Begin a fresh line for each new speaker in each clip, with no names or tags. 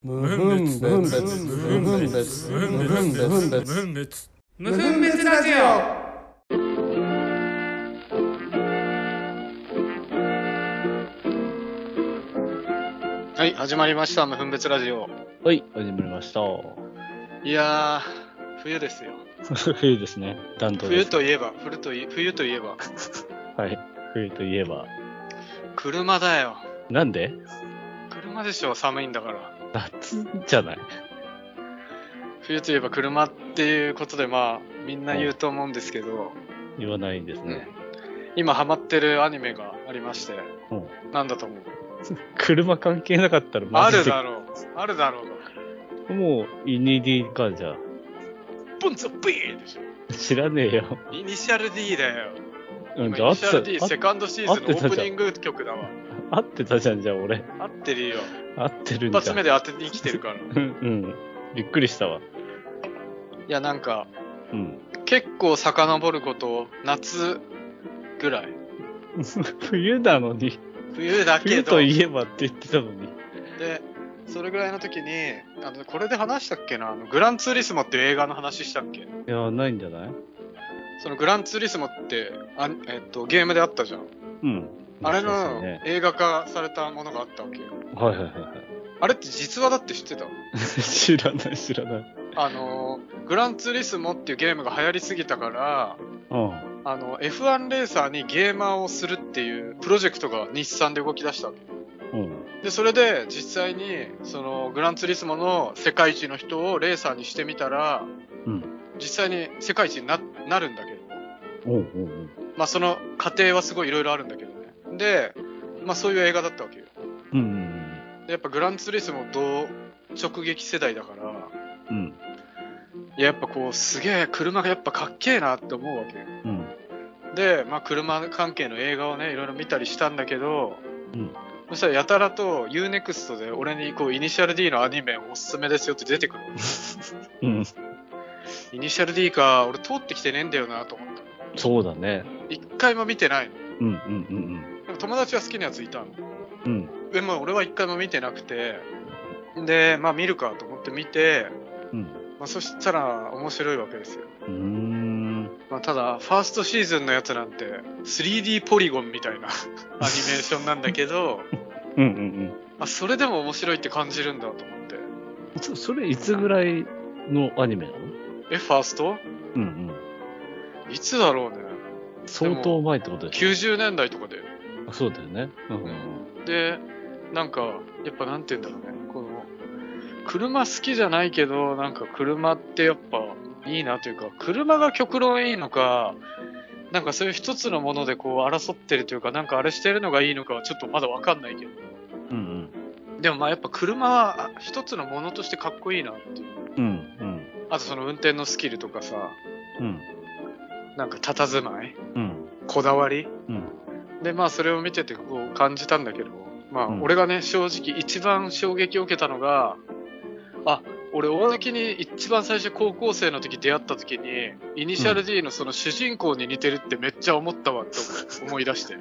無分別無分別無分別無分別無分別
分別
無分別ラジオ
はい、始まりました。無分別ラジオ。
はい、始まりました。
いやー、冬ですよ。
冬ですね。暖冬で
冬
す。
といえば、冬とい冬といえば、
はい。冬といえば。
車だよ。
なんで
車でしょ、寒いんだから。
夏じゃない。
冬といえば車っていうことで、まあ、みんな言うと思うんですけど、
言わないんですね。
今ハマってるアニメがありまして、
う
なんだと思う
車関係なかったら
あ
マジ
る
で。
だろう。あるだろうが。
もう、イニディかじゃ
ポンツォピーでしょ。
あ。知らねえよ。
イニシャル D だよ。
うん、
今
じゃあ、
イ
合
ニ
っ
シャル D セ
て
カンドシーズンのオ
合ってた
ープ
じゃん
ニング曲だわ。
た、合ってたじゃん、じゃあ俺。
合ってるよ。
合ってるん
一
だ。
発目で当てに来て るから。い
うん、うん。びっくりしたわ。
や、なんか、
うん。
結構遡ること夏ぐらい
冬なのに、
冬だけ
冬
ど
といえばって言ってたのに。
でそれぐらいの時にあのこれで話したっけなあのグランツーリスモっていう映画の話したっけ
いや、ないんじゃない
そのグランツーリスモってあ、えっと、ゲームであったじゃん
うん。
あれ
そうです
の
ね
映画化されたものがあったわけよ
はいはいはいはい。
あれって実話だって知ってた
知らない、 知らない。
あのグランツーリスモっていうゲームが流行りすぎたから
うん。
あの F1 レーサーにゲーマーをするっていうプロジェクトが日産で動き出したわけ
うん。
でそれで実際にそのグランツーリスモの世界一の人をレーサーにしてみたら
うん。
実際に世界一にななるんだけど、
おうおうおう。
まあ、その過程はすごいいろいろあるんだけどねで、まあ、そういう映画だったわけよ
うん。
でやっぱグランツーリスモ同直撃世代だから
うん。
いややっぱこうすげえ車がやっぱかっけえなって思うわけよ
うん。
で、まあ、車関係の映画をねいろいろ見たりしたんだけど、
うん
そしたらやたらと UNEXT で俺にこうイニシャル D のアニメおすすめですよって出てくる
うん。
イニシャル D か、俺通ってきてねえんだよなと思った。
そうだね。
一回も見てないの。
うんうんうん
でも友達は好きなやついたの。
うん。うん。
でも俺は一回も見てなくて、で、まあ見るかと思って見て、
うん。
まあそしたら面白いわけですよ。
うーん。
まあただ、ファーストシーズンのやつなんて 3D ポリゴンみたいな アニメーションなんだけど、
うんうんうん。
あ、それでも面白いって感じるんだと思って。
そそれいつぐらいのアニメなの
え、ファースト
うんうん。
いつだろうね。
相当前ってことでし
90年代とかで。
ょそうだよね。うんうん
でなんかやっぱなんて言うんだろうねこの車好きじゃないけどなんか車ってやっぱいいなというか車が極論いいのかなんかそういう一つのものでこう争ってるというかなんかあれしてるのがいいのかはちょっとまだわかんないけど
うん。
でもまあやっぱ車はあ一つのものとしてかっこいいなっていう
うんうん。
あとその運転のスキルとかさ
うん
なんか佇まい
うん。
こだわり
うん。
でまあそれを見ててこう感じたんだけどまあ
うん
俺がね正直一番衝撃を受けたのがあ俺大貫に一番最初高校生の時出会った時にイニシャル D のその主人公に似てるってめっちゃ思ったわって思思い出 して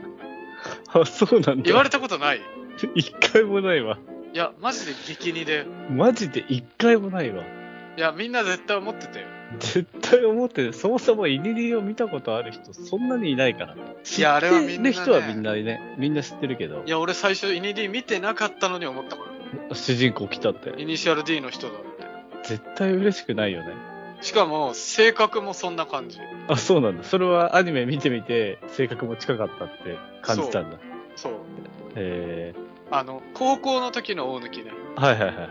あ、そうなんだ。
言われたことないい
一回もないわ。
やマジで激似で
マジで一回もないわ。
いやみんな絶対思ってて
絶対思ってる。そもそもイニディを見たことある人、そんなにいないから。
いやあれはみんなね
知ってる人はみんなね、みんな知ってるけど
い、や俺最初イニ D 見てなかったのに思ったから
主人公来たって、
イニシャル D の人だっ
絶対嬉しくないよね。
てしかも性格もそんな感じ
あ、そうなんだ。それはアニメ見てみて、性格も近かったって感じたんだ。
そう
へえ
あの高校の時の大貫ね
ー。はいはいはいはいはい。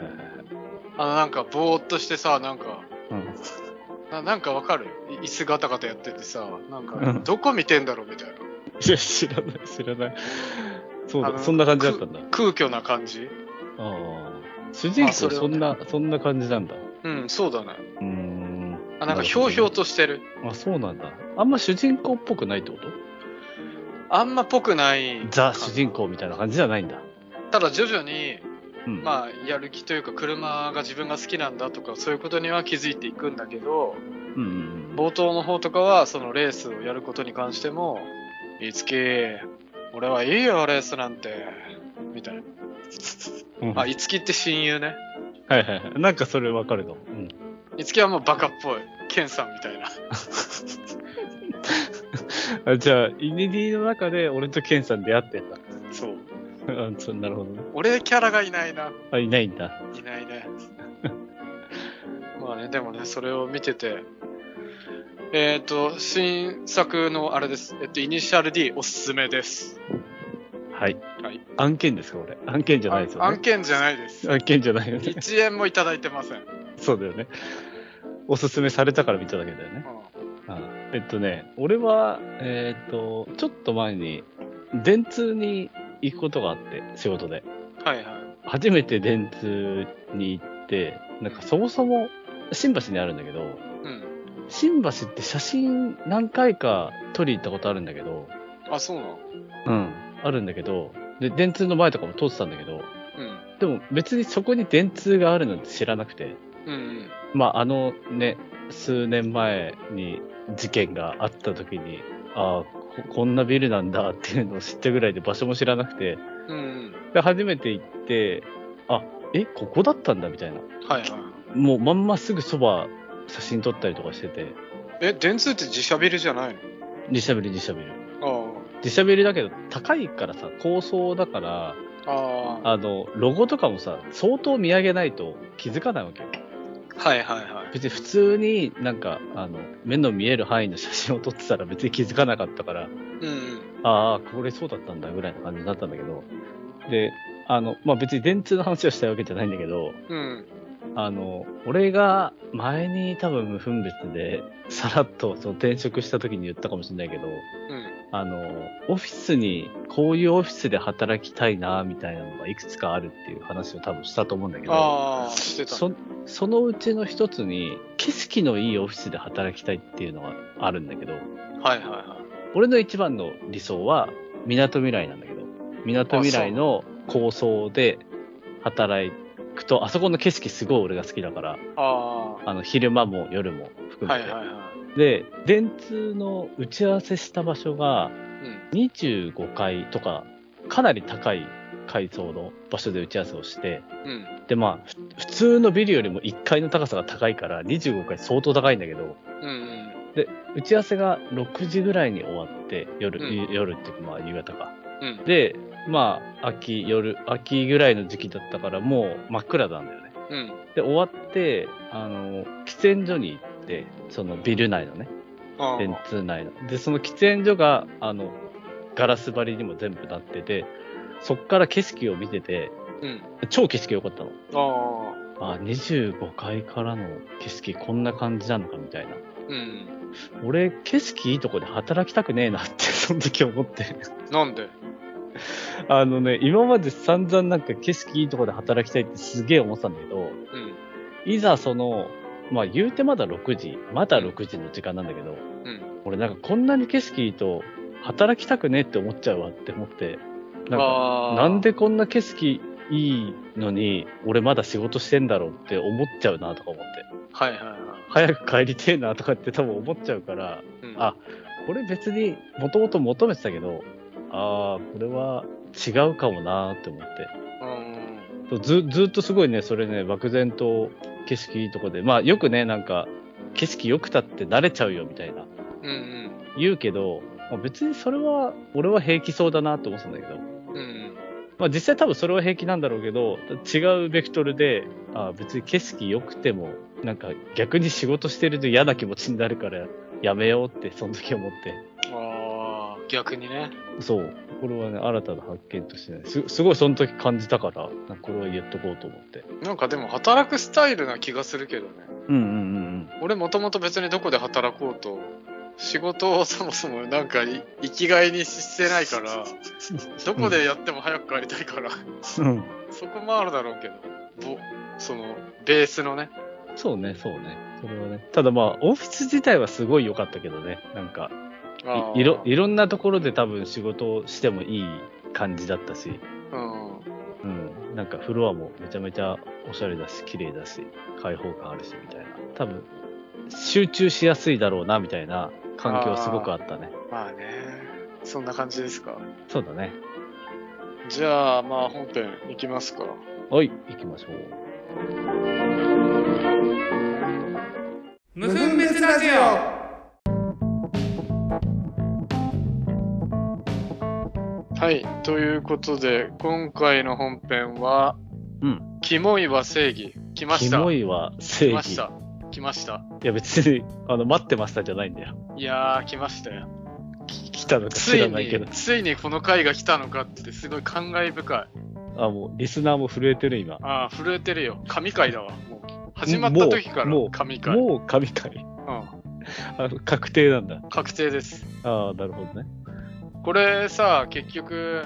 あのなんかぼーっとしてさなんか
うん。
ななんかわかるい椅子ガタガタやっててさなん
う
か
ん
どこ見てんだろうみたいない
や、知らない、知らない。そう
あ
だ、
の
そんな感じだったんだ。
空虚な感じ
ああ。主人
あ
公、
それは
そんな、そんな感じなんだ。
うんそうだね
うーん。
あなんか
る
ひ
ほ
ょ
ど
う
ね
ひょうとしてる
あ、そうなんだ。あんま主人公っぽくないってこと
あんまぽくない
ザ主人公みたいな感じじゃないんだ。
ただ徐々に
うん。あ、
まあやる気というか車が自分が好きなんだとかそういうことには気づいていくんだけど
うんうん
冒頭の方とかはそのレースをやることに関しても「いつき俺はいいよレースなんて」みたいな
うん。
あいつきって親友ね
はいはいはい。なんかそれわかるの。うん。
いつきはもうバカっぽい。ケンさんみたいな。
あじゃあ、イニディの中で俺とケンさん出会ってんだ。
そう。
あそうなるほどね。
俺キャラがいないな。
あ、いないんだ。
いない ね。まあね、でもね、それを見てて、えっ、と、新作のあれです。えっと、イニシャル D おすすめです。
はい。
はい。
案件ですか、俺。案件じゃないですよ
案
ね。
件じゃないです。
案件じゃないよね。
1円もいただいてません。うん
そうだよね。おすすめされたから見ただけだよね。あえっとね、俺は、えーっと、ちょっと前に、電通に行くことがあって、仕事で。
はいはい。
初めて電通に行って、なんかそもそも、新橋にあるんだけど、
うん。
新橋って写真何回か撮りに行ったことあるんだけど、
あ、そうなの
うん、あるんだけど、で、電通の前とかも通ってたんだけど、
うん。
でも別にそこに電通があるなんて知らなくて、
うん
まあ、あのね、数年前に事件があった時に、ああ、ここんなビルなんだっていうのを知ったぐらいで場所も知らなくて、
うん。うん
で、初めて行って、あ、え、ここだったんだみたいな。
うん。はいはい。
もうまんますぐそば写真撮ったりとかしてて、
え、電通って自社ビルじゃない
自社ビル、自社ビル。
の
自社ビルだけど高いからさ、高層だから、
ああ。ああ。
あの、ロゴとかもさ、相当見上げないと気づかないわけよ。
はいはいはい。
別に普通になんか、あの、目の見える範囲の写真を撮ってたら別に気づかなかったか
う
ら、
んうん。
ああ、これそうだったんだぐらいの感じだったんだけど、で、あの、まあ、別に電通の話をしたいわけじゃないんだけど、
うん。
あの、俺が前に多分無分別でさらっとその転職した時に言ったかもしれないけど、
うん。
あの、オフィスに、こういうオフィスで働きたいな、みたいなのがいくつかあるっていう話を多分したと思うんだけど、
ああ、してた。
そそのうちの一つに、景色のいいオフィスで働きたいっていうのがあるんだけど、
はいはいはい。
俺の一番の理想は、みなとみらいなんだけど、みなとみらいの構想で働くと、あそこの景色すごい俺が好きだから、
あ
あの、昼間も夜も
あ。
含
は
め
い
て。
はいはい。
で、電通の打ち合わせした場所が、
うん。
25階とか、かなり高い階層の場所で打ち合わせをして、
うん。
で、まあ、ふ普通のビルよりも1階の高さが高いから、25階相当高いんだけど、
うんうん。
で、打ち合わせが6時ぐらいに終わって、夜、
うん
夜っていうか、まあ、夕方か。
うん。
で、まあ、秋、夜、秋ぐらいの時期だったから、もう真っ暗なんだよね。
うん。
で、終わって、あの、喫煙所に行って、そのビル内のね、
あ
電通内の。で、その喫煙所が、あの、ガラス張りにも全部なってて、そっから景色を見てて、
うん。
超景色良かったの。
ああ。
あ、25階からの景色こんな感じなのかみたいな。
うん。
俺、景色いいとこで働きたくねえなって、その時思って。
なんで
あのね、今まで散々なんか景色いいとこで働きたいってすげえ思ってたんだけど、
うん。
いざその、まあ言うてまだ6時、まだ6時の時間なんだけど、
うん。
俺なんかこんなに景色いいと働きたくねえって思っちゃうわって思って、なんか
ああ。
なんでこんな景色いいのに俺まだ仕事してんだろうって思っちゃうなとか思って、
はいはいはい。
早く帰りてえなとかって多分思っちゃうから、
うん、
あ、これ別にもともと求めてたけど、ああ、これは違うかもなーって思って。
うん。
ずずっとすごいね、それね、漠然と景色いいとこで、まあよくね、なんか、景色良くたって慣れちゃうよみたいな、
うん
言うけど、まあ、別にそれは、俺は平気そうだなと思ってたんだけ
う
ど、
ん。うん。
まあ実際多分それは平気なんだろうけど、違うベクトルで、あ別に景色良くても、なんか逆に仕事してると嫌な気持ちになるから、やめようって、その時思って。
ああ。逆にね。
そう。これはね、新たな発見としてね、すすごいその時感じたから、なんかこれは言っとこうと思って。
なんかでも働くスタイルな気がするけどね。
うんうんうんうん。
俺もともと別にどこで働こうと、仕事をそもそもなんかい生きがいにしてない から、どこでやっても早く帰りたいから、
うん
そこもあるだろうけど、ぼその、ベースのね。
そうね、そうね。それはね。ただまあ、オフィス自体はすごい良かったけどね。なんか、
あー
いいろ、いろんなところで多分仕事をしてもいい感じだったし、
うん。
うん。なんかフロアもめちゃめちゃおしゃれだし、綺麗だし、開放感あるし、みたいな。多分、集中しやすいだろうな、みたいな環境はすごくあったね。
まあね、そんな感じですか。
そうだね。
じゃあ、まあ本編いきますか。
はい、行きましょう。
無分別ラジオ
はい、ということで、今回の本編は、
うん
キモいは正義。来ま
キ
した。
モいは正
来ま
義。
した。来ました。
いや別に、あの、待ってましたじゃないんだよ。
いやー、来ましたよ。
き来たのか
つ
知ら
い
ないけど
に、。ついにこの回が来たのかって、すごい感慨深い。
あ、もう、リスナーも震えてる今。
ああ、震えてるよ。神回だわ。もう、始まった時から
もう
神回。
もう神回。
う
あの確定なんだ。
ん、確定です。
ああ、なるほどね。
これさ、結局、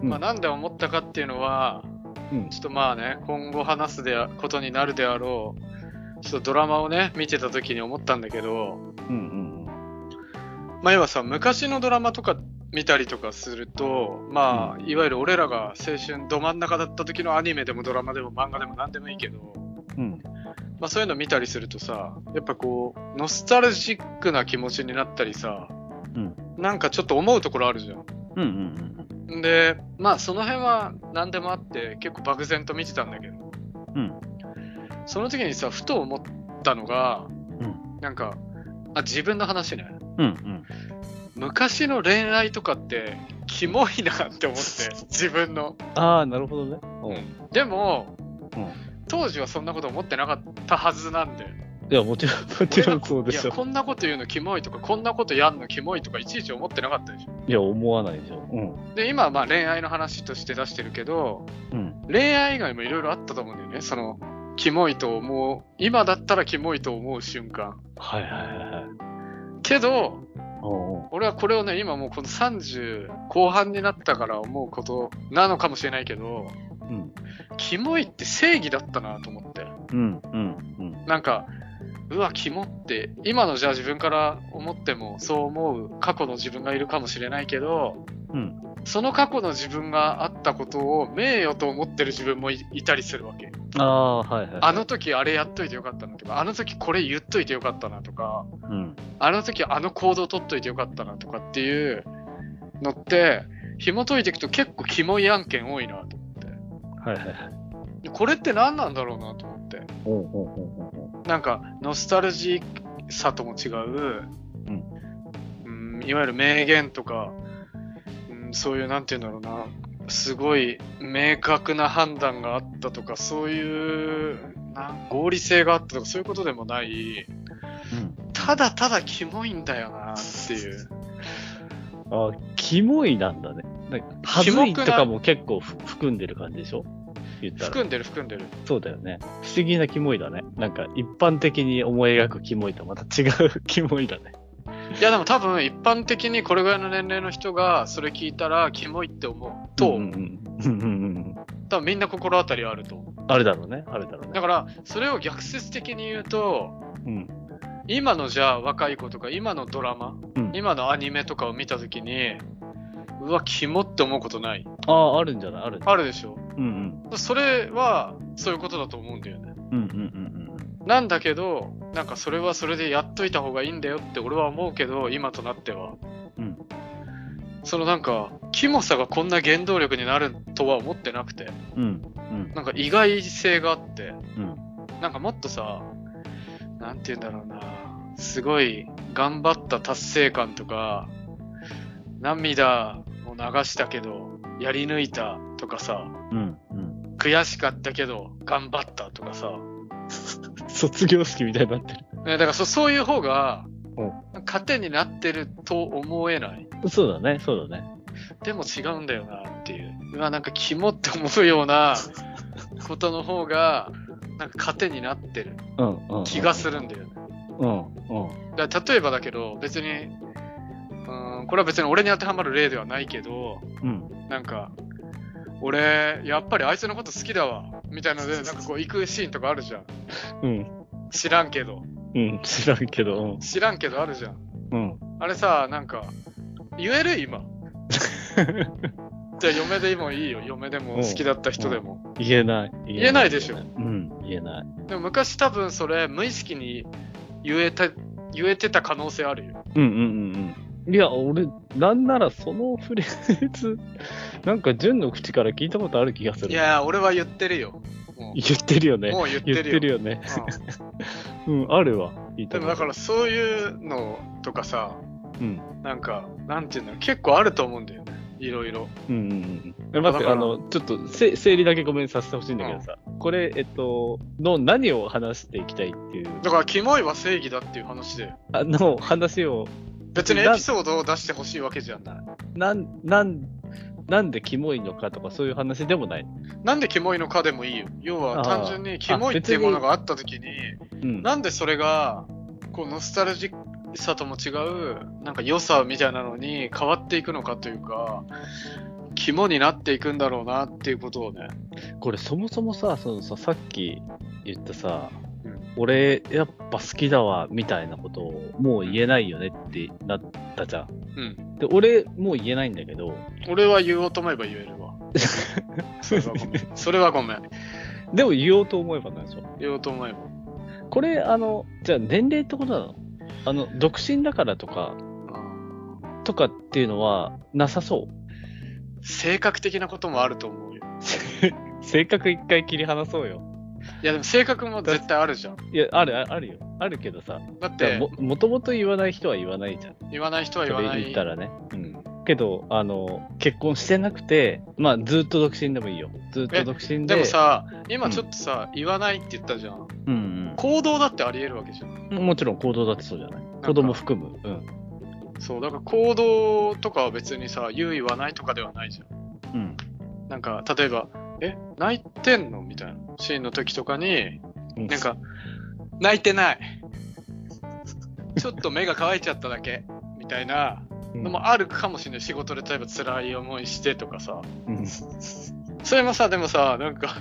うん
まあ、なんで思ったかっていうのは、
うん
ちょっとまあね、今後話すであことになるであろう、ちょっとドラマをね、見てた時に思ったんだけど、
うんうんうん。
まあ、要はさ、昔のドラマとか見たりとかすると、まあ、いわゆる俺らが青春ど真ん中だった時のアニメでもドラマでも漫画でも何でもいいけど、
うん。
まあ、そういうの見たりするとさ、やっぱこう、ノスタルジックな気持ちになったりさ、
うん
なんかちょっと思うところあるじゃん。
うんうん
でまあその辺は何でもあって結構漠然と見てたんだけど
うん。
その時にさふと思ったのが、
う
なんかあ自分の話ね
うん。うん
昔の恋愛とかってキモいなって思って 自分の
うん。ああ、なるほどね。うん。
でも、
うん
当時はそんなこと思ってなかったはずなんで
いや、もちろん、もちろんそうで
いや
しょ。
こんなこと言うのキモいとかこんなことやんのキモいとかいちいち思ってなかったでしょ
いや、思わないでしょ。うん。
で今はまあ恋愛の話として出してるけど
うん。
恋愛以外もいろいろあったと思うんだよね。その、キモいと思う、今だったらキモいと思う瞬間。
はいはいはいはい。
けど、
おうおう
俺はこれをね、今もうこの30後半になったから思うことなのかもしれないけど、
うん。
キモいって正義だったなと思って。
うん。うん。
なんか、うわ、キモって、今のじゃあ自分から思ってもそう思う過去の自分がいるかもしれないけど、
うん
その過去の自分があったことを名誉と思ってる自分もいいたりするわけ。
ああ、はいはい。
あの時あれやっといてよかったなとか、あの時これ言っといてよかったなとか、
うん。
あの時あの行動取っといてよかったなとかっていうのって、紐解いていくと結構キモい案件多いなと思っ
はいはいはい。
て。これって何なんだろうなと思って。
おうおうおうおうおう
なんか、ノスタルジーさとも違う、うん、いわゆる名言とか、うん、そういう、なんて言うんだろうな、すごい明確な判断があったとか、そういう、なん合理性があったとか、そういうことでもない、ただただキモいんだよなっていう。
うん。あーキモいなんだね。なんか、はず
キモくない
いとかも結構ふ含んでる感じでしょ言ったら。
含んでる含んでる。
そうだよね。不思議なキモいだね。なんか、一般的に思い描くキモいとはまた違う キモいだね。
いやでも多分一般的にこれぐらいの年齢の人がそれ聞いたらキモいって思うと、
うんうんうんうん
多分みんな心当たりはあると思う。
あれだろうね。あれだろうね
だ。からそれを逆説的に言うと、
うん。
今のじゃあ若い子とか今のドラマ、
うん
今のアニメとかを見た時にうわキモって思うことない
ああ、あるんじゃないあるんじゃない
あるでしょ
うん
それはそういうことだと思うんだよね
うん。うんうん
なんだけどなんかそれはそれでやっといた方がいいんだよって俺は思うけど今となっては
うんうん。
そのなんかキモさがこんな原動力になるとは思ってなくて
うん。うん。
なんか意外性があって
うん。
なんかもっとさなんて言うんだろうなすごい頑張った達成感とか涙を流したけどやり抜いたとかさ
うん。うん。
悔しかったけど頑張ったとかさ、
卒業式みたいになってる。
ね、だからそそういう方が
うん
糧になってると思えない
そうだね。そうだね。
でも違うんだよなっていううわなんか肝って思うようなことの方がなんか糧になってる
うん。うん。
気がするんだよね
うん。うん。
だから例えばだけど別にうーんこれは別に俺に当てはまる例ではないけど
うん。
なんか俺やっぱりあいつのこと好きだわみたいのでなんかこう行くシーンとかあるじゃん
うん。
知らんけど
うん。知らんけど。
知らんけどあるじゃん
うん。うん。
あれさなんか言える今じゃあ嫁でもいいよ嫁でも好きだった人でも
言えない。言
言えないでしょ
うん。言えない。
でも昔多分それ無意識に言えた言えてた可能性あるよ
うんうんうんうん。いや、俺、なんならそのフレーズ、なんか、純の口から聞いたことある気がする。
いやー俺は言ってるよもう
言ってるよね。
もう言って
言って
るよ。
るよね。
うん
うん、あるわ。言い
で
た
も
こ
だ
と
からそういうのとかさ、
うん。
なんか、なんていうの、結構あると思うんだよね。いろいろ。
うんうんうん、え待
だ
っ
か
て、
ら
あの、ちょっとせ整理だけごめんさせてほしいんだけどさ、これ、えっと、の何を話していきたいって いう、
だから、キモいは正義だっていう話で。
あの話を、
別にエピソードを出してほしいわけじゃない。
なん、なん、なんでキモいのかとかそういう話でもない。
なんでキモいのかでもいいよ。要は単純にキモいっていうものがあった時に、
うん。
なんでそれが、こう、ノスタルジックさとも違う、なんか良さみたいなのに変わっていくのかというか、肝になっていくんだろうなっていうことをね。
これ、そもそもさ、そのさ、さっき言ったさ、
うん
俺、やっぱ好きだわ、みたいなことを、もう言えないよねってなったじゃん。
うん。
で、俺、もう言えないんだけど、
俺は言おうと思えば言えるわ。それはごめん。それはごめん。
でも言おうと思えばなんでしょ。
言おうと思えば。
これ、あの、じゃあ年齢ってことなのあの、独身だからとか、とかっていうのはなさそ
性格的なこともあると思うよ。
う。性格一回切り離そうよ。
いやでも性格も絶対あるじゃん。
いや、ある、ああるよ。あるけどさ、
だっ
じゃあ
て
も、もともと言わない人は言わないじゃん。
言わない人は言わ
それ
な
言っ
い
た。らね。うん。けど、あの、結婚してなくて、まあ、ずっと独身でもいいよ。ずっと独身で。
でも、さ、今ちょっとさ、言わないって言ったじゃん。
うん、
行動だってあり得るわけじゃん。
うん。もちろん行動だってそうじゃない。子供含む。うん。
そう、だから行動とかは別にさ、言う言わないとかではないじゃん。
うん。
なんか、例えば、え、泣いてんのみたいなシーンの時とかに、
うん
なんか、泣いてない。ちょっと目が乾いちゃっただけ。みたいな
うん
のもあるかもしれない。仕事で例えば辛い思いしてとかさ。
うん
それもさ、でもさ、なんか、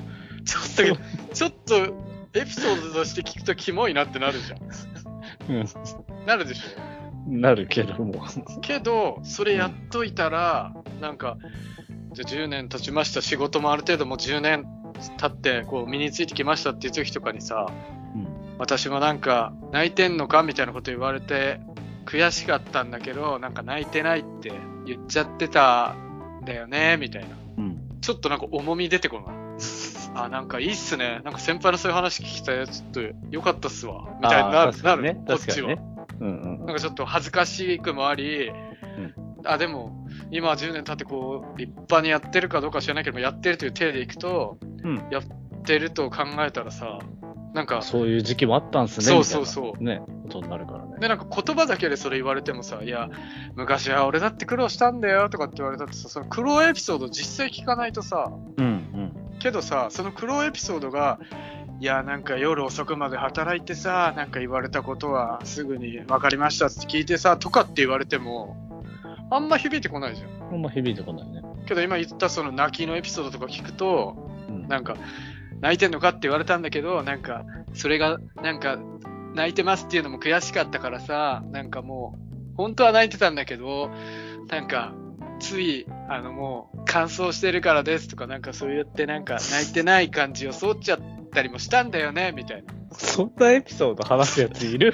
ちょっと、ちょっと、エピソードとして聞くとキモいなってなるじゃん。なるでしょ
うん。なるけども。
けどそれやっといたら、なんかじゃあ10年経ちました仕事もある程度もう10年経ってこう身についてきましたっていう時とかにさ
うん。
私もなんか泣いてんのかみたいなこと言われて悔しかったんだけどなんか泣いてないって言っちゃってたんだよねみたいな
うん。
ちょっとなんか重み出てこ ないあなんかいいっすねなんか先輩のそういう話聞きたいちょっとよかったっすわみたいになる
あー確
な
か
る
にね。
こっ
確か
ち
に
は
ね。うんうんうん
なんかちょっと恥ずかしくもあり、あでも今10年経ってこう立派にやってるかどうか知らないけどもやってるという体でいくと、
うん
やってると考えたらさなんか
そういう時期もあったんすね。
そうそうそう
みたいなね、ことになるからね。
でなんか言葉だけでそれ言われてもさ「いや昔は俺だって苦労したんだよ」とかって言われたってさその苦労エピソード実際聞かないとさ
うん
けどさその苦労エピソードが「いやなんか夜遅くまで働いてさなんか言われたことはすぐに分かりました」って聞いてさとかって言われてもあんま響いてこないじゃん。
うん。あんま響いてこないね。
けど今言ったその泣きのエピソードとか聞くと
うん
なんか泣いてんのかって言われたんだけどなんかそれがなんか泣いてますっていうのも悔しかったからさなんかもう本当は泣いてたんだけどなんかついあのもう乾燥してるからですとかなんかそう言ってなんか泣いてない感じを装っちゃったりもしたんだよねみたいな
そんなエピソード話すやついる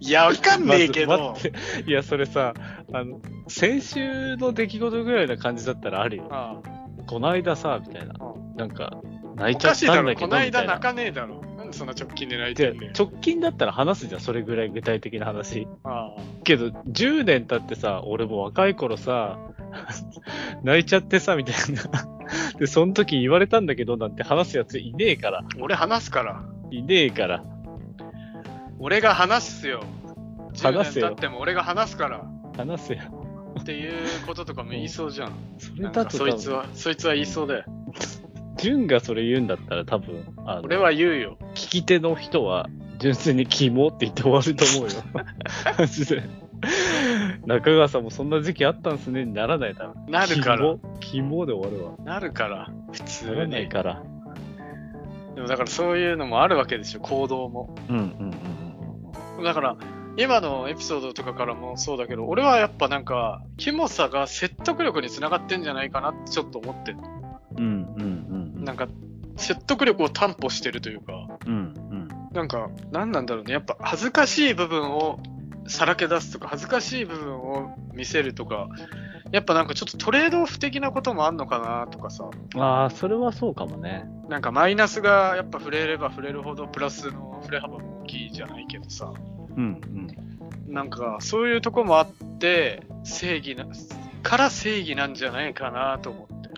いやわかんねえけ
ま
ど
ず待っていや、それさ、あの、先週の出来事ぐらいな感じだったらあるよ。
あ
こないださ、みたいな
う。
なんか、
あ
泣
お
いちゃ
か
っ
しいだ
たん
ろ
だ
こ
けど。
ないだ
みた
泣かねえだろなんでそんな直近で泣いて
じゃ
るんだよ
直近だったら話すじゃん、それぐらい具体的な話。
ああ
けど、10年経ってさ、俺も若い頃さ、 泣いちゃってさ、みたいな。 で、その時言われたんだけど、なんて話すやついねえから。
俺話すから
いねえから。
俺が話すよ。10
話
年
せ
経
よ
っても俺が話すから
話せよ。
っていうこととかも言いそうじゃん。
そ
な
れ
ん
だ
か
と
そ
多
いつ
分、
は、そいつは言いそうだよ。
純がそれ言うんだったら多分、あ
俺
の、
は言うよ。
聞き手の人は純粋にキモって言って終わると思うよ。マ ジで。中川さんもそんな時期あったんすねにならないだろ。
なるから。
キモ。キモで終わるわ。
なるから。普
な
通
らない
に。
から。
でもだからそういうのもあるわけでしょ、行動も。
うんうんうん
だから、今のエピソードとかからもそうだけど、俺はやっぱなんか、キモさが説得力につながってんじゃないかなってちょっと思ってる
うん。うんうんうん。
なんか、説得力を担保してるというか、
うん
なんか、何なんだろうね。やっぱ、恥ずかしい部分をさらけ出すとか、恥ずかしい部分を見せるとか、やっぱなんかちょっとトレードオフ的なこともあんのかなとかさ、
ああ、それはそうかもね。
なんかマイナスがやっぱ触れれば触れるほどプラスの触れ幅も大きいじゃないけどさ、
うんうん。
なんかそういうとこもあって、正義な、から正義なんじゃないかなと思って。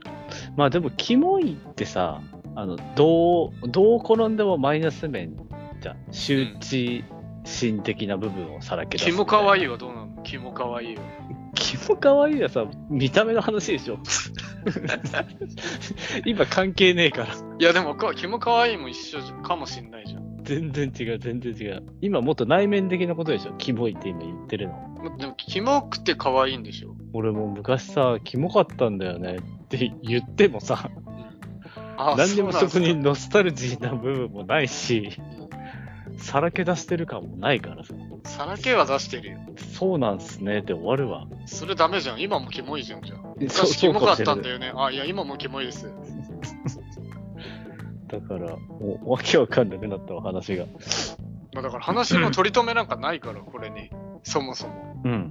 まあでも、キモいってさ、あの、どう、どう転んでもマイナス面じゃん。周知心的な部分をさらけ出す。
キモかわいい
よ。
はどうなのキモかわいいは。
キモかわいいはさ、見た目の話でし ょ。今関係ねえから。
いやでもか、キモかわいいも一緒じゃかもしんないじゃん。
全然違う、全然違う。今もっと内面的なことでしょ。キモいって今言ってるの。
もでも、キモくて可愛いんでしょ。
俺も昔さ、キモかったんだよねって言ってもさ、
あ
何にもそこ
うな
に
ん
ノスタルジーな部分もないし、さらけ出してる感もないからさ、
すかさらけは出してるよ。
そうなんすねって終わるわ。
それダメじゃん。今もキモいじゃん、じゃん。
そう
昔
そ
キ
う
モか
も
っ
しれ
た
なんい
だよね。あ、いや、今もキモいです。
だから、もうわけわかんなくなったわ、話が。
まあ、だから話の取り留めなんかない から、これに。そもそも。
うん。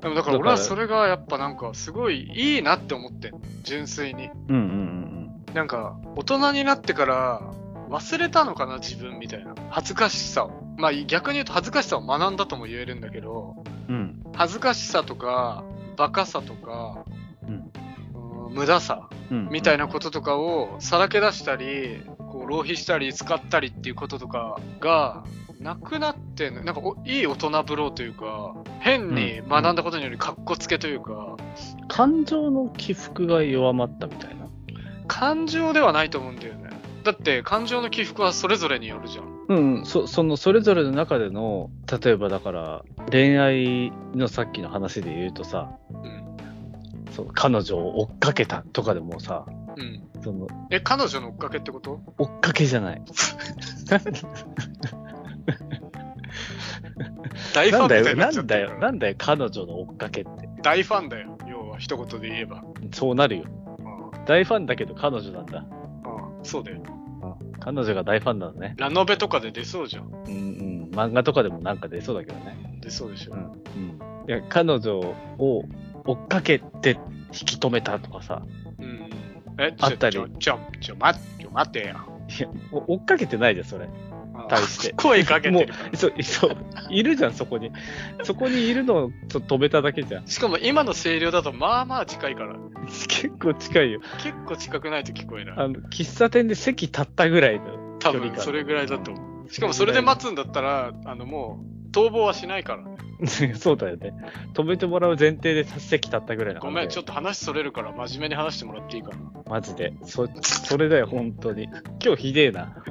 でもだから俺はそれがやっぱなんかすごいいいなって思ってん純粋に。
うんうんうん
なんか大人になってから忘れたのかな自分みたいな。恥ずかしさを。まあ逆に言うと恥ずかしさを学んだとも言えるんだけど。
うん。うん。
恥ずかしさとかバカさとか、
うん
うーん無駄さ
うん
みたいなこととかをさらけ出したりこう浪費したり使ったりっていうこととかがなくなってんのなんかおいい大人ぶろうというか変に学んだことによりかっこつけというか、
感情の起伏が弱まったみたいな。
感情ではないと思うんだよねだって感情の起伏はそれぞれによるじゃん
うん、うんそそのそれぞれの中での例えばだから恋愛のさっきの話で言うとさ
うん、
そう彼女を追っかけたとかでもさ
うん、
その
え彼女の追っかけってこと
追っかけじゃない
大ファ
な
ンみた
んだ
い
よ
にな
な
っちゃっ
ん
て
だ
る
よなんだよ彼女の追っかけって
大ファンだよ要は一言で言えば、
そうなるよ
うん
大ファンだけど彼女なんだ
うん、そうだよ
彼女が大ファンなのね
ラノベとかで出そうじゃん。
うんうん漫画とかでもなんか出そうだけどね
出そうでしょ。
うんいや彼女を追っかけて引き止めたとかさ
うん。え、ちょ
あったり
ちょ、ちょ、ちょ、待って、ちょ待てや。
いやお追っかけてないじゃんそれ対して
あ 声かけてるから。
そう、そう、いるじゃん、そこに。そこにいるのをちょっと止めただけじゃん。
しかも今の声量だとまあまあ近いから、
結構近いよ。
結構近くないと聞こえない。
あの、喫茶店で席立ったぐらいの。
多
距離
分
感
それぐらいだと思う。しかもそれで待つんだったら、あのもう逃亡はしないから、ね。
そうだよね。止めてもらう前提で席立ったぐらいの。
ごめん、ちょっ
っ
と話それるから真面目に話してもらっていいかな。
と。マジで。そ、それだよ、本当に。今日ひでえな。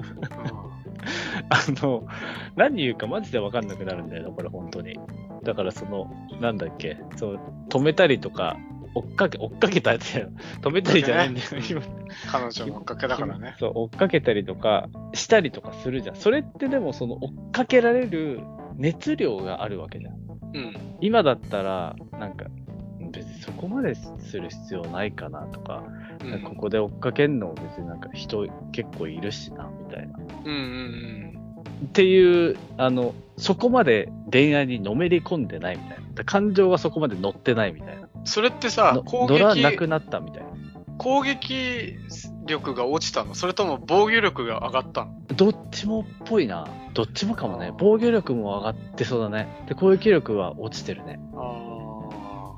あの、何言うかマジでわかんなくなるんだよな、これ、本当に。だから、その、なんだっけ、そう、止めたりとか、追っかけ、追っかけたって、 止めたりじゃないんだよ、今。
彼女の追っかけだからね。
そう、追っかけたりとか、したりとかするじゃん。それってでも、その追っかけられる熱量があるわけじゃん。
うん。
今だったら、なんか、別にそこまでする必要ないかなとか、
う
なんかこ
ん
こで追っかけんのも別になんか人結構いるしな、みたいな。
うんうん
っていう、あの、そこまで恋愛にのめり込んでないみたいな。だ感情がそこまで乗ってないみたいな。
うん。それってさ
の、
攻
乗らな
撃
くなったみたいな。
攻撃力が落ちたのそれとも防御力が上がったの
どっちもっぽいな。どっちもかも
あ
ね
ー。
防御力も上がってそうだね。で、攻撃力は落ちてるね。
あ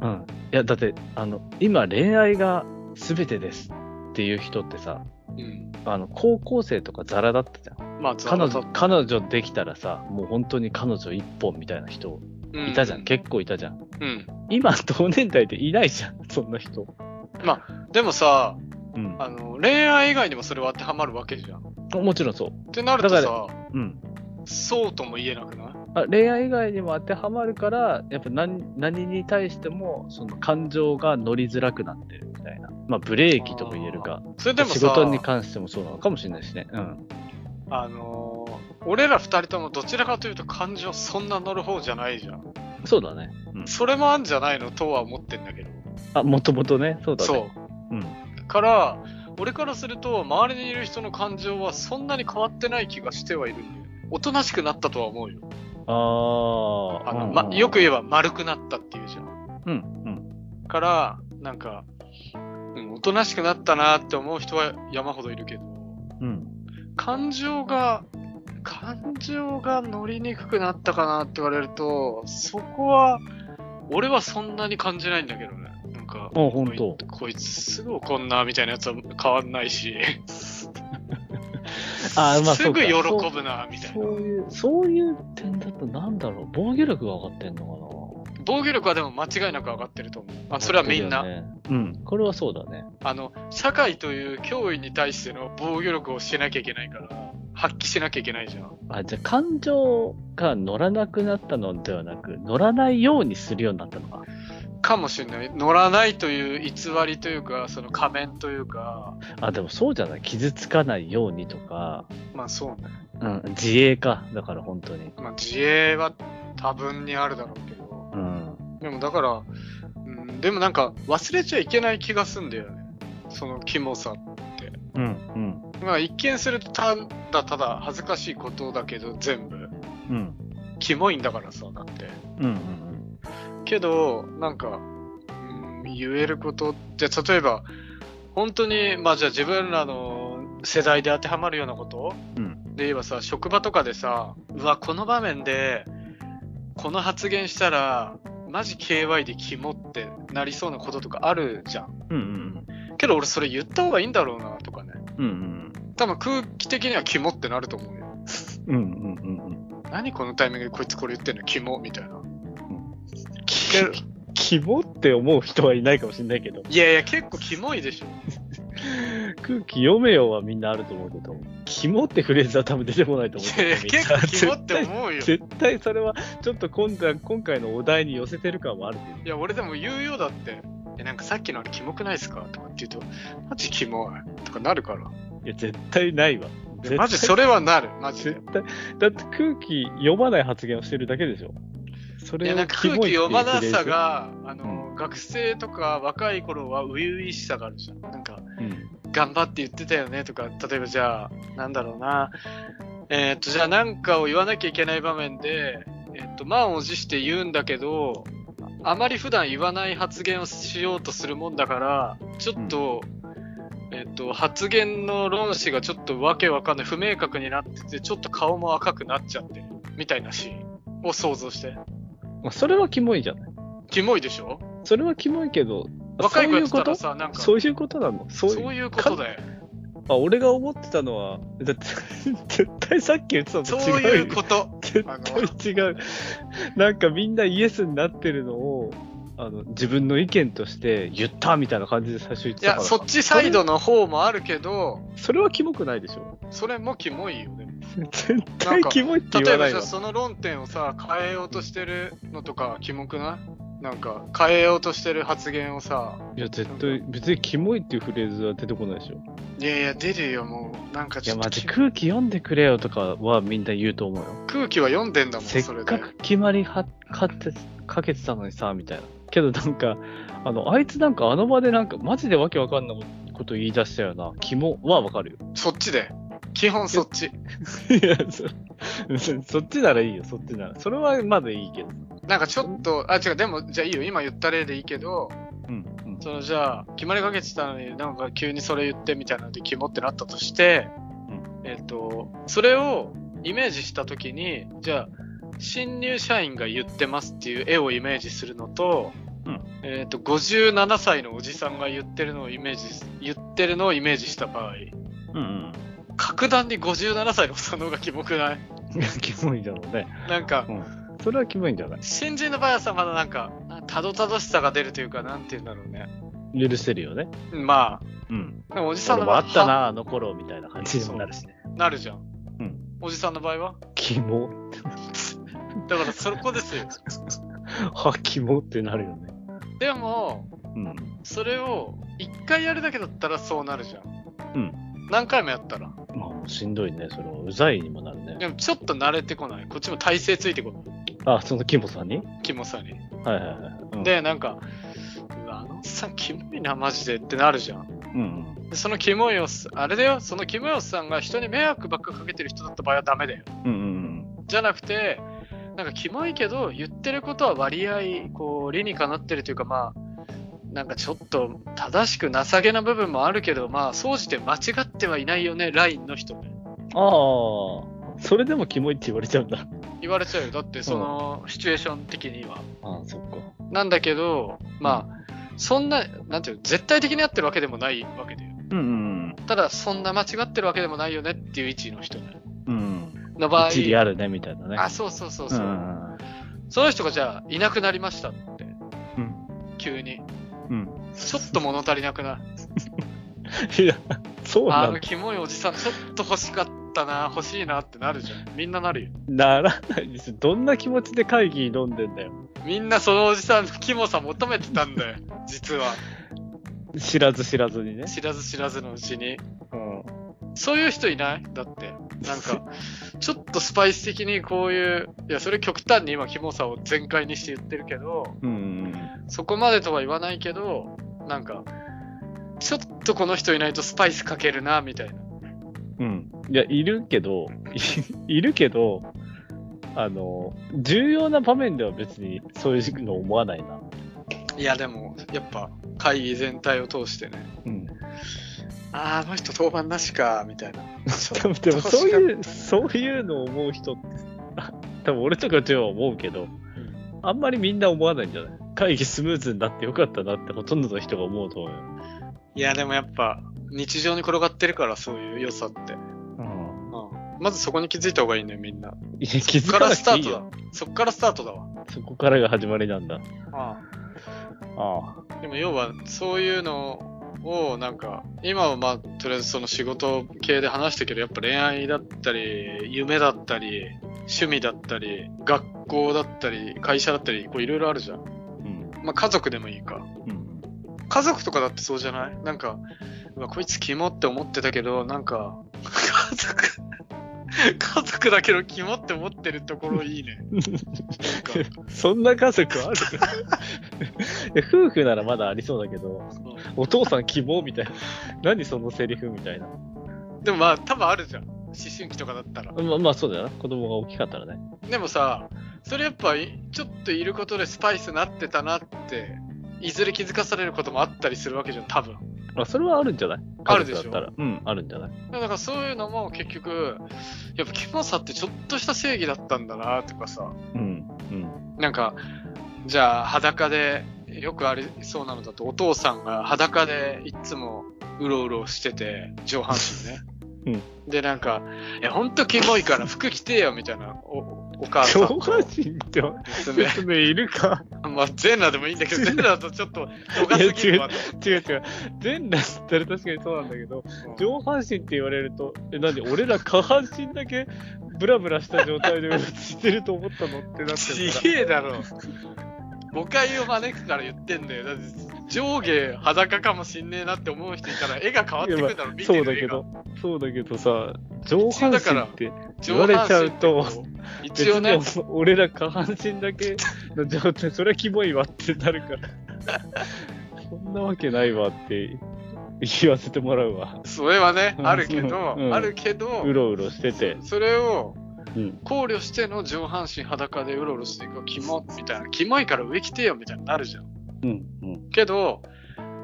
うん。いや、だって、あの、今恋愛が全てですっていう人ってさ、
あ。うん。
あの、高校生とかザラだったじゃん。
まあ、ざ
彼
わざ
女、彼女できたらさ、もう本当に彼女一本みたいな人いたじゃん。結構いたじゃん。
うん。
今、同年代でいないじゃん。 そんな人。
でもさ、
うん。
あの、恋愛以外にもそれは当てはまるわけじゃん。っ
もちろんそう。
てなると
だ
さ、
うん。
そうとも言えなくない
あ恋愛以外にも当てはまるから、やっぱ何何に対しても、その感情が乗りづらくなってるみたいな。まあ、ブレーキとも言えるか。
それでもさ、
仕事に関してもそうなのかもしれないしね。うん。
あのー俺ら二人ともどちらかというと感情そんな乗る方じゃないじゃん。
そうだね。うん
それもあんじゃないのとは思ってんだけど。
あ、もともとね、そうだね。
そう。
うん。
から、俺からすると、周りにいる人の感情はそんなに変わってない気がしてはいるんだよね。おとなしくなったとは思うよ。
あー
あ
うん
の、
うん
ま、よく言えば丸くなったっていうじゃん。
うん、うん。
から、なんか、うん、おとなしくなったなって思う人は山ほどいるけど、
うん。
感情が、感情が乗りにくくなったかなって言われると、そこは、俺はそんなに感じないんだけどね。なんか、
あほんと
こいこいつすぐ怒んなみたいなやつは変わんないし、
あーまあ
すぐ喜
そうか
ぶなみたい
そ
な。
ういう、そういう点だとなんだろう。防御力が上がってんの
防御力はでも間違いなく上がってると思う。
か
あ
な
それはみんな、
そうだよねうん。これはそうだね。
あの、社会という脅威に対しての防御力をしなきゃいけないから、発揮しなきゃいけないじゃん。
あ、じゃあ感情が乗らなくなったのではなく、乗らないようにするようになったのか。
かもしれない。乗らないという偽りというか、その仮面というか、
あ、でもそうじゃない。傷つかないようにとか、
まあそうね。
うん、自衛か。だから本当に。
まあ自衛は多分にあるだろうけど。
うん。
でもだから、うん、でもなんか忘れちゃいけない気がすんだよね。そのキモさ。
うん。
まあ一見するとただただ恥ずかしいことだけど全部。
うん。うん。
キモいんだからさ、だって。
うん。うん。
けどなんか、うん、言えることって例えば本当にまあじゃあ自分らの世代で当てはまるようなこと、
うん
で言えばさ職場とかでさうわこの場面でこの発言したらマジ KY でキモってなりそうなこととかあるじゃん
うん。うん。
けど俺それ言った方がいいんだろうなとかね
うん。
多分空気的にはキモってなると思うよ
うん。うん。うん。
何このタイミングでこいつこれ言ってんのキモみたいな
けど希望って思う人はいないかもしれないけど、
いやいや結構キモいでしょ
空気読めよはみんなあると思うけど、肝ってフレーズは多分出てこないと思う
いやいや
けど。
結構キモ
みんな
って思うよ
絶対それは、ちょっと今度は今回のお題に寄せてる感はある
いや、俺でも言うようだって。え、なんかさっきのあれキモくないですかとかって言うと、マジキモい。とかなるから。
けど。いや、絶対ないわ。
いやマジそ
れ
れはなる。マジで
絶。対。だって空気読まない発言をしてるだけでしょ。そ
い
れ
や、
を
なんか空
キモい
気
っていう
読
フレ
ま
ーズ
なさ、が、あの、学生とか若い頃は初々しさがあるじゃん。なんか、
うん
頑張って言ってたよねとか、例えばじゃあ、なんだろうな。えーっと、じゃあなんかを言わなきゃいけない場面で、えーっと、満を持して言うんだけど、あまり普段言わない発言をしようとするもんだから、ちょっと、えーっと、発言の論旨がちょっとわけわかんない、不明確になってて、ちょっと顔も赤くなっちゃってる、みたいなシーンを想像して。
まあ、それはキモいじゃない。
キモいでしょ
それはキモいけど、
若い子
そう
や
い
っ
う
てた
こ
ら
と
さ、なんか、
そういうことなのそう
そういうことだよ。
あ俺が思ってたのは、だって 絶対さっき言ってたのと
そう
違うよ
いうこと。
絶対違う。なんかみんなイエスになってるのを、あの、自分の意見として言ったみたいな感じで最初言っ
い
てた
や、
から。
そっちサイドの方もあるけど、
それはキモくないでしょ。
それもキモいよね。
絶対キモいって
例
言
え
わな
ば
い
じゃ
わ
あ。その論点をさ、変えようとしてるのとか、キモくないなんか、変えようとしてる発言をさ、
いや、絶対、別にキモいっていうフレーズは出てこないでしょ。
いやいや、出るよ、もう。なんか
い
ち
や、
ょっ
マ
と
ジ空気読んでくれよとかはみんな言うと思うよ。
空気は読んでんだもん、
せっ
それ
か
で。
く決まりはかってかけてたのにさみたいなけどなんかあのあいつなんかあの場でなんかマジでわけわかんないこと言い出したよな肝はわかるよ
そっちで。基本そっち。
いやそそっちならいいよそっちならそれはまだいいけど
なんかちょっと、あ、違う、でも、じゃあいいよ、今言った例でいいけど、
うんうん
そのじゃあ、決まりかけてたのに、なんか急にそれ言ってみたいなので、キモってなったとして、えっ、と、それをイメージしたときに、じゃあ、新入社員が言ってますっていう絵をイメージするのと、
うん
えっ、と、57歳のおじさんが言ってるのをイメージす、言ってるのをイメージした場合、
うん
格段に57歳のおっさんの方がキモくない
うんいやキモいんだろうね
なんか、
それはキモいんじゃない
新人の場合はさ、まだなんか、たどたどしさが出るというか、なんて言うんだろうね。
許せるよね
ま
うん
あ、でもおじさん
俺
の
も
場
あ
合
ったなあの頃みたいな感じにもなるしね
なるじゃん。
うん
おじさんの場合は
キモ
だからそこですよ。
はキモってなるよね
でも、
うん
それを一回やるだけだったらそうなるじゃん。
うん
何回もやったら。
まあもうしんどいねそれはうざいにもなるね
でもちょっと慣れてこない。こっちも体勢ついてこない。
あそのキモさんに
キモさに。
はいはいはい。うん、
で、なんか、うわあのおっさんキモいな、マジでってなるじゃん。
うん
でそのキモいおっさん、あれだよ、そのキモいおっさんが人に迷惑ばっかかけてる人だった場合はダメだよ。
うん。うんうん
じゃなくて、なんかキモいけど、言ってることは割合、こう、理にかなってるというか、まあ、なんかちょっと正しく情けな部分もあるけど、まあ、総じて間違ってはいないよね、ラインの人ね。
ああ、それでもキモいって言われちゃうんだ。
言われちゃうよ。だって、その、シチュエーション的には。
ああ、そっか。
なんだけど、まあ、そんな、なんていうの、絶対的に合ってるわけでもないわけだよ。
うん
ただ、そんな間違ってるわけでもないよねっていう位置の人ね
うん。うん。
の場合、
一理あるね、みたいなね。
あ、そうそうそう
う
そう、
ん
その人がじゃあ、いなくなりましたって、
うん。
急に。
うん。
ちょっと物足りなくない
いや、そう
あ
な
の
ん
キモいおじさん、ちょっと欲しかったな、欲しいなってなるじゃん。みんななるよ。
ならないです。どんな気持ちで会議に挑んでんだよ。
みんなそのおじさんのキモさ求めてたんだよ。実は。
知らず知らずにね。
知らず知らずのうちに。
うん。
そういう人いないだって。なんか、 ちょっとスパイス的にこういう、いや、それ極端に今キモさを全開にして言ってるけど、
うん。
そこまでとは言わないけど、なんか、ちょっとこの人いないとスパイスかけるな、みたいな。
うん。いや、いるけど、いい るけど、あの、重要な場面では別にそういうの思わないな。
いや、でも、やっぱ、会議全体を通してね。
うん。
あーあの人登板なしかみたいな
多分でもそういう、そういうのを思う人って、あ多分俺とかジョーは思うけど、あんまりみんな思わないんじゃない会議スムーズになってよかったなってほとんどの人が思うと思うよ。
いやでもやっぱ日常に転がってるからそういう良さって、
うん。
うん、まずそこに気づいた方がいいねみんない
や、気
そっ
づ
か
からな
ス
く
タ
てい
ート
い
だ
よ。
そっからスタートだわ
そこからが始まりなんだ。
あ
あ
あでも要はそういうのをなんか今はまあとりあえずその仕事系で話したけどやっぱ恋愛だったり夢だったり趣味だったり学校だったり会社だったりこういろいろあるじゃん、
うん。
まあ、家族でもいいか
うん。
家族とかだってそうじゃないなんか、うわこいつキモって思ってたけど、なんか、家族、家族だけどキモって思ってるところいいね。なんか、
そんな家族ある いや夫婦ならまだありそうだけど、お父さん希望みたいな。何そのセリフみたいな。
でもまあ多分あるじゃん。思春期とかだったら。
まあ、まあそうだよな。子供が大きかったらね。
でもさ、それやっぱい、ちょっといることでスパイスなってたなって、いずれ気づかされることもあったりするわけじゃん、多分。
あ、それはあるんじゃない
あるでしょ
家族だったら。うん、あるんじゃない
だからそういうのも結局、やっぱキモさってちょっとした正義だったんだなとかさ、
うん。
なんか、じゃあ裸で、よくありそうなのだと、お父さんが裸でいっつもうろうろしてて、上半身 ね。で、なんか、え、ほんとキモいから服着てよ、みたいな、お、お母さ
上
ん
半
と
身って
娘。
説明いるか
まあ、全裸でもいいんだけど、全裸だとちょっと、どかすぎるわと思って
違う違う。全裸だったら確かにそうなんだけど、上半身って言われると、え、なんで俺ら下半身だけブラブラした状態でうろついてると思ったのってなってる
ち
か
げえだろ。誤解を招くから言ってんだよ。だって上下裸かもしんねえなって思う人いたら絵が変わってくるだろ、
ら。
見て
そ
る
うだ
絵
け
が
ど、そうだけどさ、上半身って
上
言われ
半
ちゃ
身
う
って
と、
こう
別
一応ね
に俺ら下半身だけの状態、それはキモいわってなるから。そんなわけないわって言わせてもらうわ。
それはね
うん
あるけど、
うん
あるけど
うろうろしてて。
それを
うん。
考慮しての上半身裸でうろうろしていくキモみたいなキモいから上着てよみたいになるじゃん
うん。うん。
けど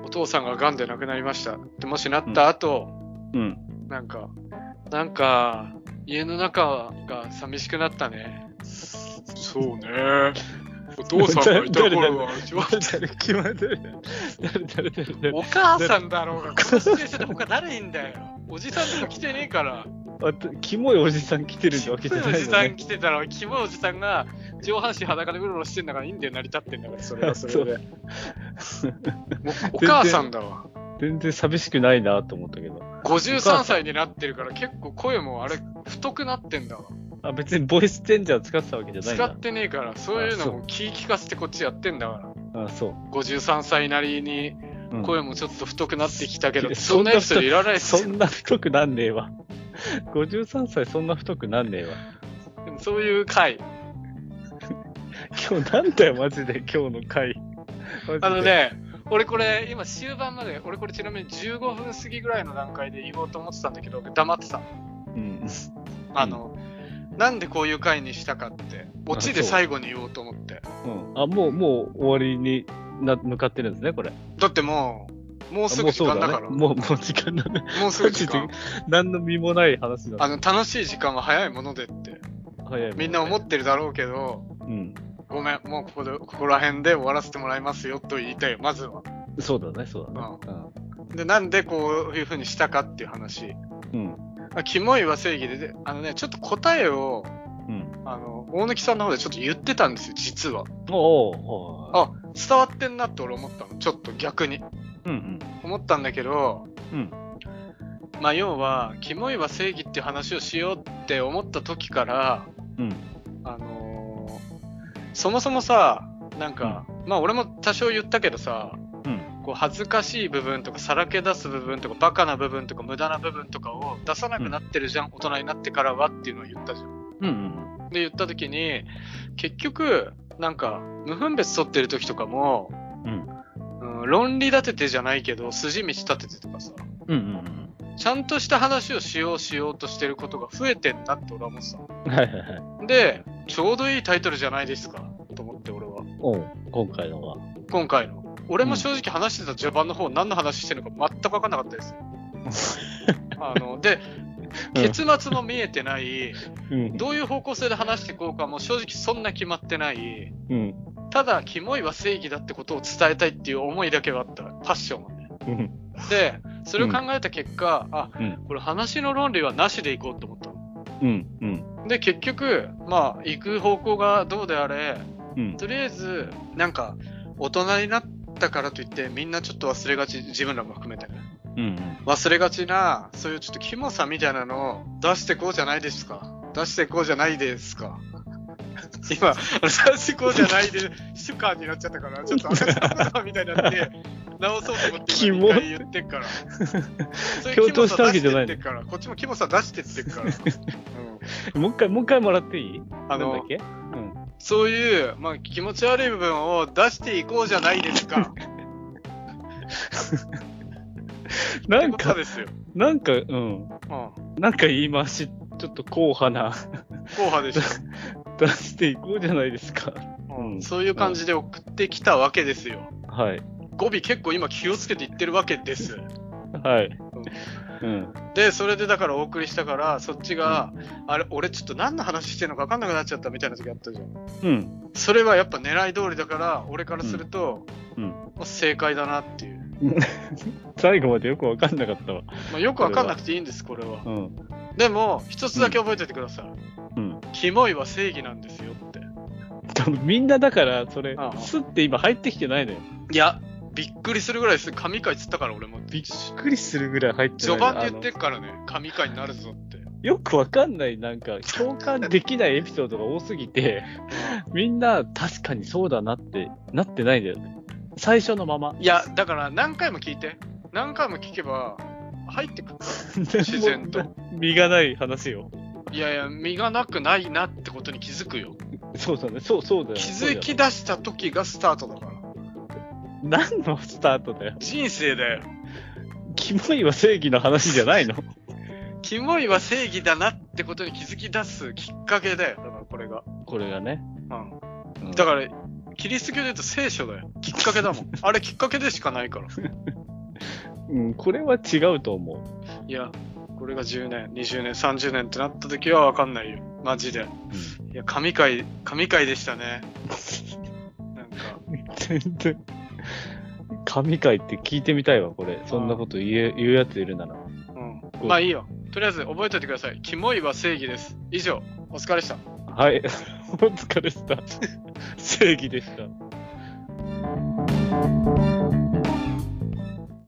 お父さんが癌で亡くなりましたってもしなった後、
うん。
なんかなんか家の中が寂しくなったねそうねお父さんがいた頃は一番
誰誰決まる誰誰誰誰
お母さんだろうが、このシチュエーションで他誰いいんだよ。おじさんとか来てねえから。
あとキモいおじさん来てるわけじゃない
お
よ
じさん
ね。
来てたら、キモいおじさんが上半身裸でうろうろしてんだからいいんだよ、成り立ってんだから、それはそ れで。おお母さんだわ。
全然寂しくないなと思ったけど。
53歳になってるから、結構声もあれ、太くなってんだわ。
あ、別にボイスチェンジャー使ってたわけじゃないん
使
だ。
ってねえから、そういうのも気聞かせてこっちやってんだから。
あ、そう。
53歳なりに
うん
声もちょっと太くなってきたけど、
うん
そんなエピソードいらないっす
そ
よ
んな太くなんねえわ。53歳そんな太くなんねえわ。
でも そういう回。
今日なんだよ、マジで、今日の回。マジで
あの。 ね、俺これ、今終盤まで、俺これちなみに15分過ぎぐらいの段階で言おうと思ってたんだけど、黙ってた。
うん。
あの、なんでこういう回にしたかって、オチで最後に言おうと思って。
うんあ、もう、もう終わりにな向かってるんですね、これ。
だってもう、もうす
あ
ぐ
もう
時
そう
間だ
だ
か
ね。
ら。
もう、もう時間だね。
もうすぐ時間
マ。何の身もない話だ
あの、楽しい時間は早いものでって。
早いも
みんな思ってるだろうけど、
うん。
ごめん、もうここで、ここら辺で終わらせてもらいますよと言いたいよ、まずは。
そうだね、そうだね。
で、なんでこういう風にしたかっていう話。
うん。
あキモいは正義でで、あのね、ちょっと答えを、
うん。
あの、大貫さんの方でちょっと言ってたんですよ、実は。
おお
あ、伝わってんなって俺思ったの。ちょっと逆に。
うん
思ったんだけど、
うん
まあ要は「キモいは正義」っていう話をしようって思った時から、
うん。うん。
あのーそもそもさなんか、まあ俺も多少言ったけどさ、
うん
こう恥ずかしい部分とかさらけ出す部分とかバカな部分とか無駄な部分とかを出さなくなってるじゃん、大人になってからはっていうのを言ったじゃん。
うんうん。
で言った時に結局なんか無分別取ってる時とかも、うん論理立ててじゃないけど筋道立ててとかさ
うんうん
ちゃんとした話をしようしようとしてることが増えてんなって俺は思って
うん。はいはいはい。
た。で、ちょうどいいタイトルじゃないですかと思って俺は。
おう今回のは。
今回の。俺も正直話してた序盤の方何の話してるのか全く分かんなかったですよ。あので、
うん
結末も見えてない、
うん。
どういう方向性で話していこうかも正直そんな決まってない、
うん。
ただ、キモいは正義だってことを伝えたいっていう思いだけはあった。パッションはね。
うん。
で、それを考えた結果、あ、
うん
これ話の論理はなしでいこうと思ったの。
うん。うん。
で結局まあ行く方向がどうであれ
うん。
とりあえずなんか大人になったからといってみんなちょっと忘れがち自分らも含めてね
うん。
忘れがちなそういうちょっとキモさみたいなのを出してこうじゃないですか出してこうじゃないですか 今出してこうじゃないで主観になっちゃったからちょっと私のことかみたいになって直そうと思って今一回言ってっからそういう
共闘したわけじゃない
キモさ出してってっからこっちもキモさ出してってっから、うん
もう一回、もう一回もらっていい
あ
なんだ
の
っけ
そういう、まあ、気持ち悪い部分を出していこうじゃないですか。
な
って
ん
こ
か
と、ですよ。
なんか、うん。
うん。硬
なんか言い回し、ちょっと硬派な、
派でしょ、
出していこうじゃないですか。
うん
うん
そういう感じで送ってきたわけですよ。
はい。
語尾結構今気をつけて言ってるわけです。
はい。うん。
で、それでだからお送りしたから、そっちが、あれ、俺ちょっと何の話してんのか分かんなくなっちゃったみたいな時あったじゃん。
うん。
それはやっぱ狙い通りだから、俺からすると、
うんうん
まあ正解だなっていう。
最後までよくわかんなかったわ。
まあ、よく分かんなくていいんです、これは。
うん。
でも、一つだけ覚えておいてください。
うん。
キモいは正義なんですよって。
多分みんなだから、それ
あ、あ
スって今入ってきてないのよ。
いや、びっくりするぐらいです。神回つったから俺も。
びっくりするぐらい入ってな
序
いの。
盤で言って
あ
っからね、神回になるぞって。
のよくわかんない、なんか、共感できないエピソードが多すぎて、みんな確かにそうだなってなってないんだよね。最初のまま。
いや、だから何回も聞いて。何回も聞けば、入ってくる。自然と。
身がない話よ。
いやいや、身がなくないなってことに気づくよ。
そうだね。そう、そうだよ。
気づき出した時がスタートだから。
そうだよ。何のスタートだよ。
人生だよ。
キモいは正義の話じゃないの
キモいは正義だなってことに気づき出すきっかけだよ。だからこれが。
これがね。
うん。
うん
だから、キリスト教で言うと聖書だよ。きっかけだもん。あれきっかけでしかないから。
うん、これは違うと思う。
いや、これが10年、20年、30年ってなった時は分かんないよ。マジで。いや、神回、神回でしたね。なんか、
全然。神回って聞いてみたいわ、これ。そんなこと言え、言うやついるなら。
うん。まあいいよ。とりあえず覚えておいてください。キモいは正義です。以上、お疲れでした。
はい。 お疲れした。正義でした。